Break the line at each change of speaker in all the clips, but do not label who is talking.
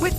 With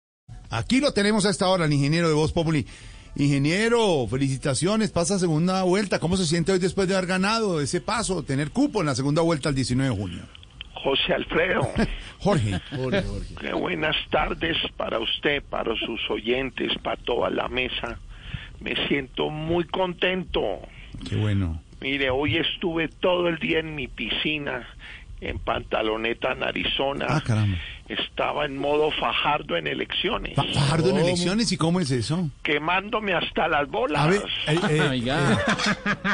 Aquí lo tenemos a esta hora, el ingeniero de Voz Populi. Ingeniero, felicitaciones, pasa segunda vuelta. ¿Cómo se siente hoy después de haber ganado ese paso, tener cupo en la segunda vuelta el 19 de junio?
José Alfredo,
Jorge,
qué buenas tardes para usted, para sus oyentes, para toda la mesa. Me siento muy contento.
qué bueno.
Mire, hoy estuve todo el día en mi piscina, en pantaloneta en Arizona.
Ah, caramba.
Estaba en modo fajardo en elecciones,
Fa- Fajardo en elecciones, ¿y cómo es eso?
quemándome hasta las bolas.
A ver, eh, eh, eh,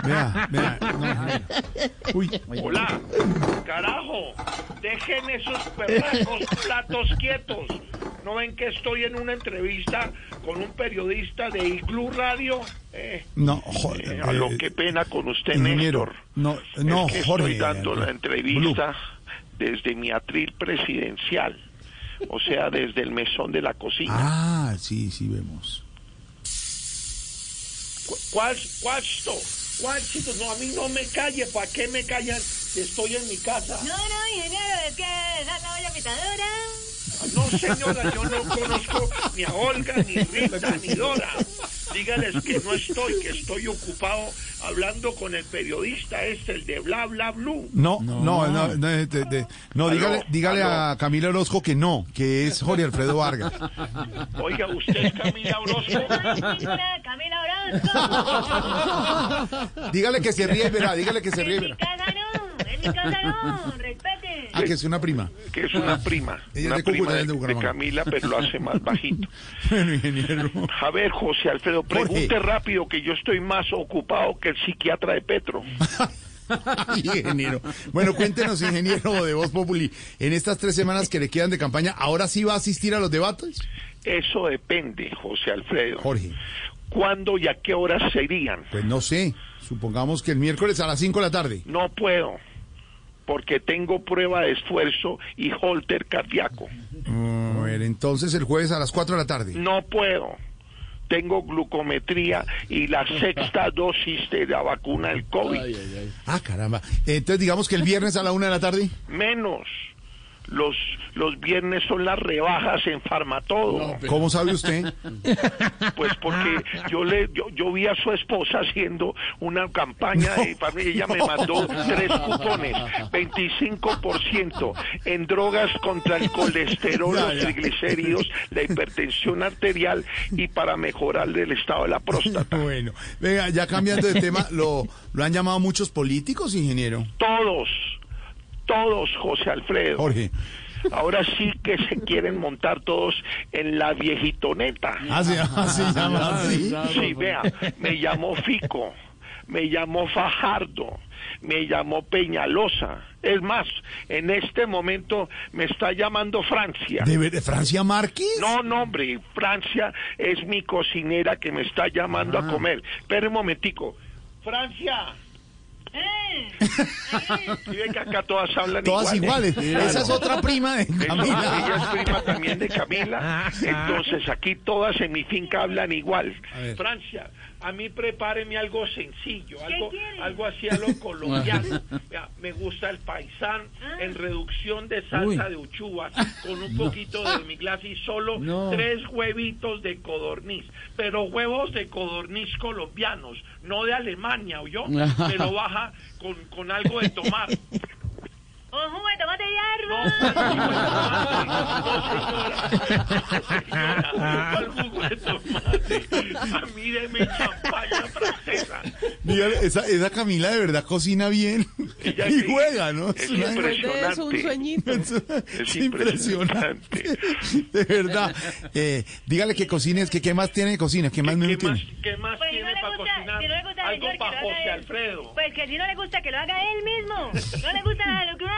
vea, vea. no, Uy,
Hola, carajo, dejen esos perracos platos quietos. ¿No ven que estoy en una entrevista con un periodista de Iglú Radio? Eh,
no, Jorge.
eh, aló, qué pena con usted,
ingeniero,
Néstor.
no, no,
es que
Jorge. eh,
Estoy dando la entrevista desde mi atril presidencial, o sea, desde el mesón de la cocina.
Ah, sí, sí vemos.
Cu- ¿Cuál, cuál, esto? ¿Cuál, chicos? No, a mí no me calle, ¿para qué me callan? Estoy en mi casa.
No, no, ingeniero, es que esa no es la pitadora.
No, señora, yo no conozco ni a Olga, ni Rita, ni Dora. Dígales que no estoy, que estoy ocupado hablando con el periodista este, el de Bla Bla Blue.
No, no, no, no, eh, de- de- no,
Aló,
dígale, dígale a Camila Orozco que no, que es Jorge Alfredo Vargas.
Oiga, ¿usted es Camila Orozco?
Ay, mira, Camila Orozco.
Dígale que se ríe, verá, dígale que se ríe,
En mi
verá.
casa no, en mi casa no, respete.
Ah, que es una prima.
Que es una prima,
Ella es
una
de Cúcuta,
prima
ella
de,
es de
de
Bucaramanga.
Camila, pero lo hace más bajito.
Bueno, ingeniero.
A ver, José Alfredo, pregunte
Jorge.
rápido que yo estoy más ocupado que el psiquiatra de Petro.
ingeniero. Bueno, cuéntenos, ingeniero de Voz Populi, en estas tres semanas que le quedan de campaña, ¿ahora sí va a asistir a los debates?
Eso depende, José Alfredo.
Jorge,
¿Cuándo y a qué horas serían?
pues no sé, supongamos que el miércoles a las 5 de la tarde.
No puedo, porque tengo prueba de esfuerzo y holter cardíaco. Mm.
A ver, entonces el jueves a las 4 de la tarde.
No puedo. Tengo glucometría y la sexta dosis de la vacuna del COVID.
Ah, caramba. Entonces digamos que el viernes a la 1 de la tarde.
Menos. Los, los viernes son las rebajas en Farmatodo.
¿Cómo sabe usted?
Pues porque yo le yo, yo vi a su esposa haciendo una campaña de farma- y ella me mandó tres cupones, 25% en drogas contra el colesterol,
Ya,
los
ya.
triglicéridos, la hipertensión arterial y para mejorar el estado de la próstata.
Bueno, venga, ya cambiando de tema, lo, lo han llamado muchos políticos, ingeniero.
Todos, todos, José Alfredo.
Jorge.
Ahora sí que se quieren montar todos en la viejitoneta.
Ah, sí, ah, sí, llama así.
Sí, vea, me llamó Fico, me llamó Fajardo, me llamó Peñalosa. Es más, en este momento me está llamando Francia.
¿De ver- Francia Márquez?
No, no, hombre, Francia es mi cocinera que me está llamando
Ah.
a comer. Espera un momentico. Francia,
Eh,
y ve que acá todas hablan
Todas iguales. Esa es otra prima de
Eso, ella es
Camila.
prima también de Camila. Entonces aquí todas en mi finca hablan igual.
A ver.
Francia, a mí prepáreme algo sencillo, algo,
quieres?
algo así a lo colombiano. Vea, Me gusta el paisán en reducción de salsa de uchuva con un poquito de miglas y solo tres huevitos de codorniz. Pero huevos de codorniz colombianos, no de Alemania, ¿oyó? Pero baja con, con algo de tomar.
con jugo de tomate y
No,
árbol.
A mí deme champaña francesa.
Dígale, esa, esa Camila de verdad cocina bien
Ella
y
sí.
juega, ¿no?
Es
una-
impresionante. Es un sueñito.
es,
Es
impresionante. De verdad. Eh, dígale que cocines, que qué más tiene de cocina, qué más menú
¿Qué más,
tiene.
qué más
Pues si no
tiene para cocinar?
le gusta, si no le gusta al
Algo
señor que
para
lo haga
José
él.
Alfredo.
Pues que si no le gusta, que lo haga él mismo. No le gusta lo que uno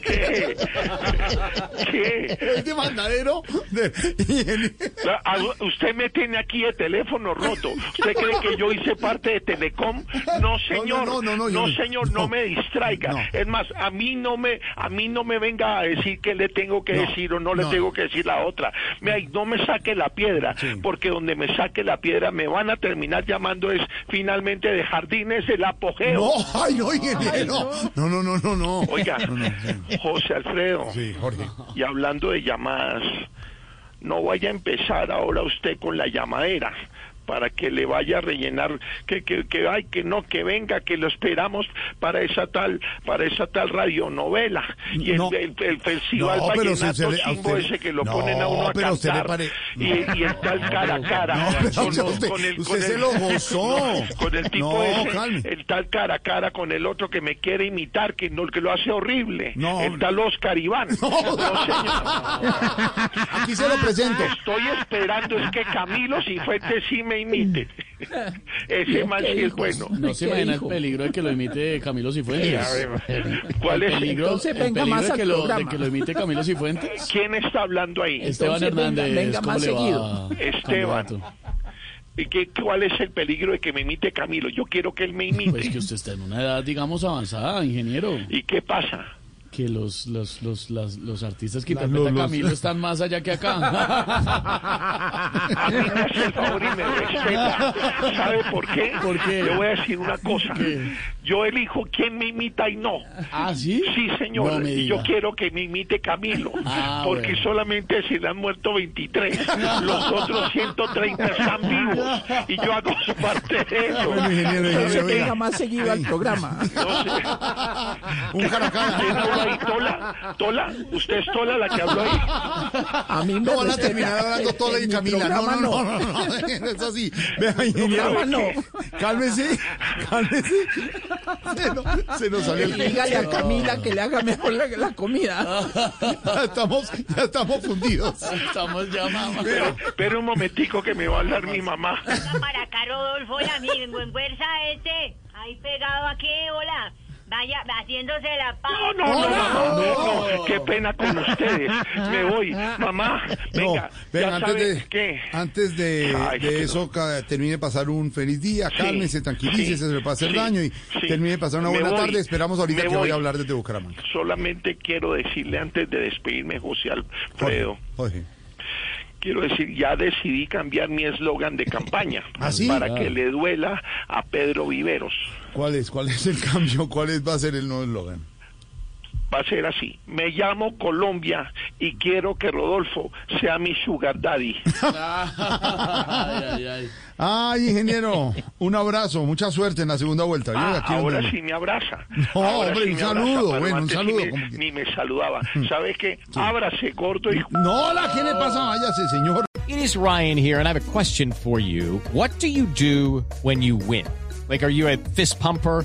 ¿Qué? ¿Qué?
el de este mandadero. de-
La- a- Usted me tiene aquí el teléfono roto. ¿Usted cree que yo hice parte de Telecom? No, señor.
no, no, no, yo no.
señor, no,
No.
me distraiga.
No.
Es más, a mí no me a mí no me venga a decir que le tengo que
No,
decir o no le
no.
tengo que decir la otra. Me- no me saque la piedra,
Sí.
porque donde me saque la piedra me van a terminar llamando es finalmente de jardines el apogeo.
No, ay, no, ingeniero. No, no, no, no, no.
Oiga,
No, no, sí.
José Alfredo.
Sí, Jorge.
Y hablando de llamadas, no vaya a empezar ahora usted con la llamadera para que le vaya a rellenar que que que ay que no que venga que lo esperamos para esa tal para esa tal radionovela y el,
No.
el, el festival
No, pero si
vallenato
usted le- a
chimbo
usted-
ese que lo
No,
ponen a uno a
pero usted le
cantar
pare-
y, y el tal cara a cara
No, pero
con,
usted- usted-
con el,
usted
con
se
el-
lo gozó.
no, con el tipo
No,
ese,
calme.
el tal cara a cara con el otro que me quiere imitar que no que lo hace horrible
No.
el tal Oscar Iván No, señor.
Aquí se lo presento.
Estoy esperando es que Camilo Cifuentes sí me imite. Ese man sí es bueno.
No se imagina el peligro de que lo imite Camilo Cifuentes.
¿Cuál
El
es?
peligro, el peligro de, que lo, de que lo imite Camilo Cifuentes.
¿Quién está hablando ahí?
Esteban Hernández. ¿cómo le va,
Esteban.
candidato?
¿Y qué, ¿Cuál es el peligro de que me imite Camilo? Yo quiero que él me
Pues que
imite.
usted está en una edad, digamos, avanzada, ingeniero.
¿Y qué pasa?
Que los, los, los, las- los artistas que
Las-
interpreta
los- los-
Camilo están más allá que acá.
A mí me hace el favor y me respeta. ¿Sabe por qué?
¿Por qué?
Le voy a decir una cosa.
¿Qué?
Yo elijo quién me imita y no.
¿Ah, sí?
Sí, señor.
No me
y yo
diga.
quiero que me imite Camilo,
Ah,
porque
bueno.
solamente se le han muerto 23. Los otros 130 están vivos. Y yo hago parte de eso.
Bueno, ingeniero, ingeniero, oiga.
más seguido al programa.
No sé.
Un caracán.
¿Usted no habla ahí, Tola? ¿Tola? ¿Usted es Tola la que habló ahí?
A mí me
No van a
respeta.
terminar hablando todo y
En mi
Camila. No,
programa
no, no, no, no, no, es así. Vea, ingeniero.
No.
Cálmese, cálmese. Se nos, se nos salió el
Dígale a Camila que le haga mejor la, la comida.
Ya estamos, ya estamos fundidos.
Estamos ya, mamá.
Espera un momentico que me va a hablar mi mamá.
Venga para acá, Rodolfo, el amigo en fuerza este. Ahí pegado aquí, hola. Vaya, haciéndose la paz.
No, no, no, no, no, no, qué pena con ustedes. Me voy. Mamá, venga,
no,
ya
venga, antes
sabe
de,
qué.
antes de,
Ay,
de
qué
eso, ca- termine de pasar un feliz día,
Sí,
cálmese, tranquilícese,
sí,
se le puede hacer
sí,
daño y
sí.
termine de pasar una
Me
buena
voy,
tarde. Esperamos ahorita
me
que voy
voy.
a hablar desde Bucaramanga.
Solamente quiero decirle antes de despedirme, José
Jorge,
Alfredo,
Jorge.
quiero decir, ya decidí cambiar mi eslogan de campaña
¿Ah, sí?
para
Ah.
que le duela a Pedro Viveros.
¿Cuál es? ¿Cuál es el cambio? ¿Cuál es, va a ser el nuevo eslogan?
Va a ser así. Me llamo Colombia y quiero que Rodolfo sea mi sugar daddy.
Ay, ay, ay.
Ay, ingeniero, un abrazo, mucha suerte en la segunda vuelta. Yo
Ah,
aquí
ahora
donde-
sí me abraza.
No,
Ahora
hombre, un
me abraza,
saludo,
pero
bueno, un
antes ni
saludo,
me-
como que-
Ni me, saludaba. ¿Sabes qué? Ábrase, gordo y...
No, la, ¿qué le pasa? Váyase, señor.
It is Ryan here, and I have a question for you. What do you do when you win? Like, are you a fist pumper?